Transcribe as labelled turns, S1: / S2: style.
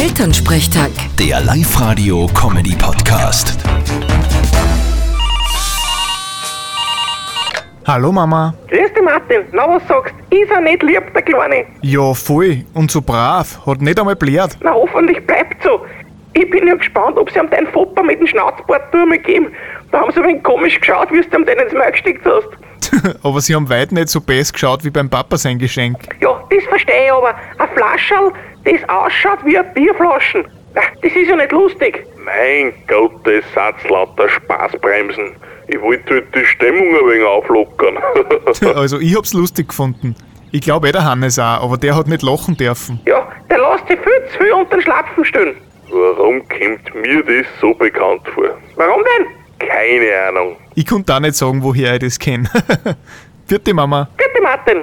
S1: Elternsprechtag.
S2: Der Live-Radio-Comedy-Podcast.
S3: Hallo Mama.
S4: Grüß dich, Martin. Na, was sagst Ist er nicht lieb, der Kleine?
S3: Ja, voll. Und so brav. Hat nicht einmal blärt.
S4: Na, hoffentlich bleibt so. Ich bin ja gespannt, ob sie ihm deinen Fopper mit dem Schnauzbart mal geben. Da haben sie ein wenig komisch geschaut, wie du ihm den ins Maul gesteckt hast.
S3: Aber sie haben weit nicht so besser geschaut wie beim Papa sein Geschenk.
S4: Ja, das verstehe ich aber. Ein Flascherl, das ausschaut wie ein Bierflaschen. Na, Das ist ja nicht lustig.
S5: Mein Gott, das sind lauter Spaßbremsen. Ich wollte halt die Stimmung ein wenig auflockern.
S3: Also ich hab's lustig gefunden. Ich glaube eh der Hannes auch, aber der hat nicht lachen dürfen.
S4: Ja, der lässt sich viel zu viel unter den Schlapfen stehen.
S5: Warum kommt mir das so bekannt vor?
S4: Warum denn?
S5: Keine Ahnung.
S3: Ich konnte auch nicht sagen, woher ich das kenne. Vierte Mama.
S4: Bitte, Martin.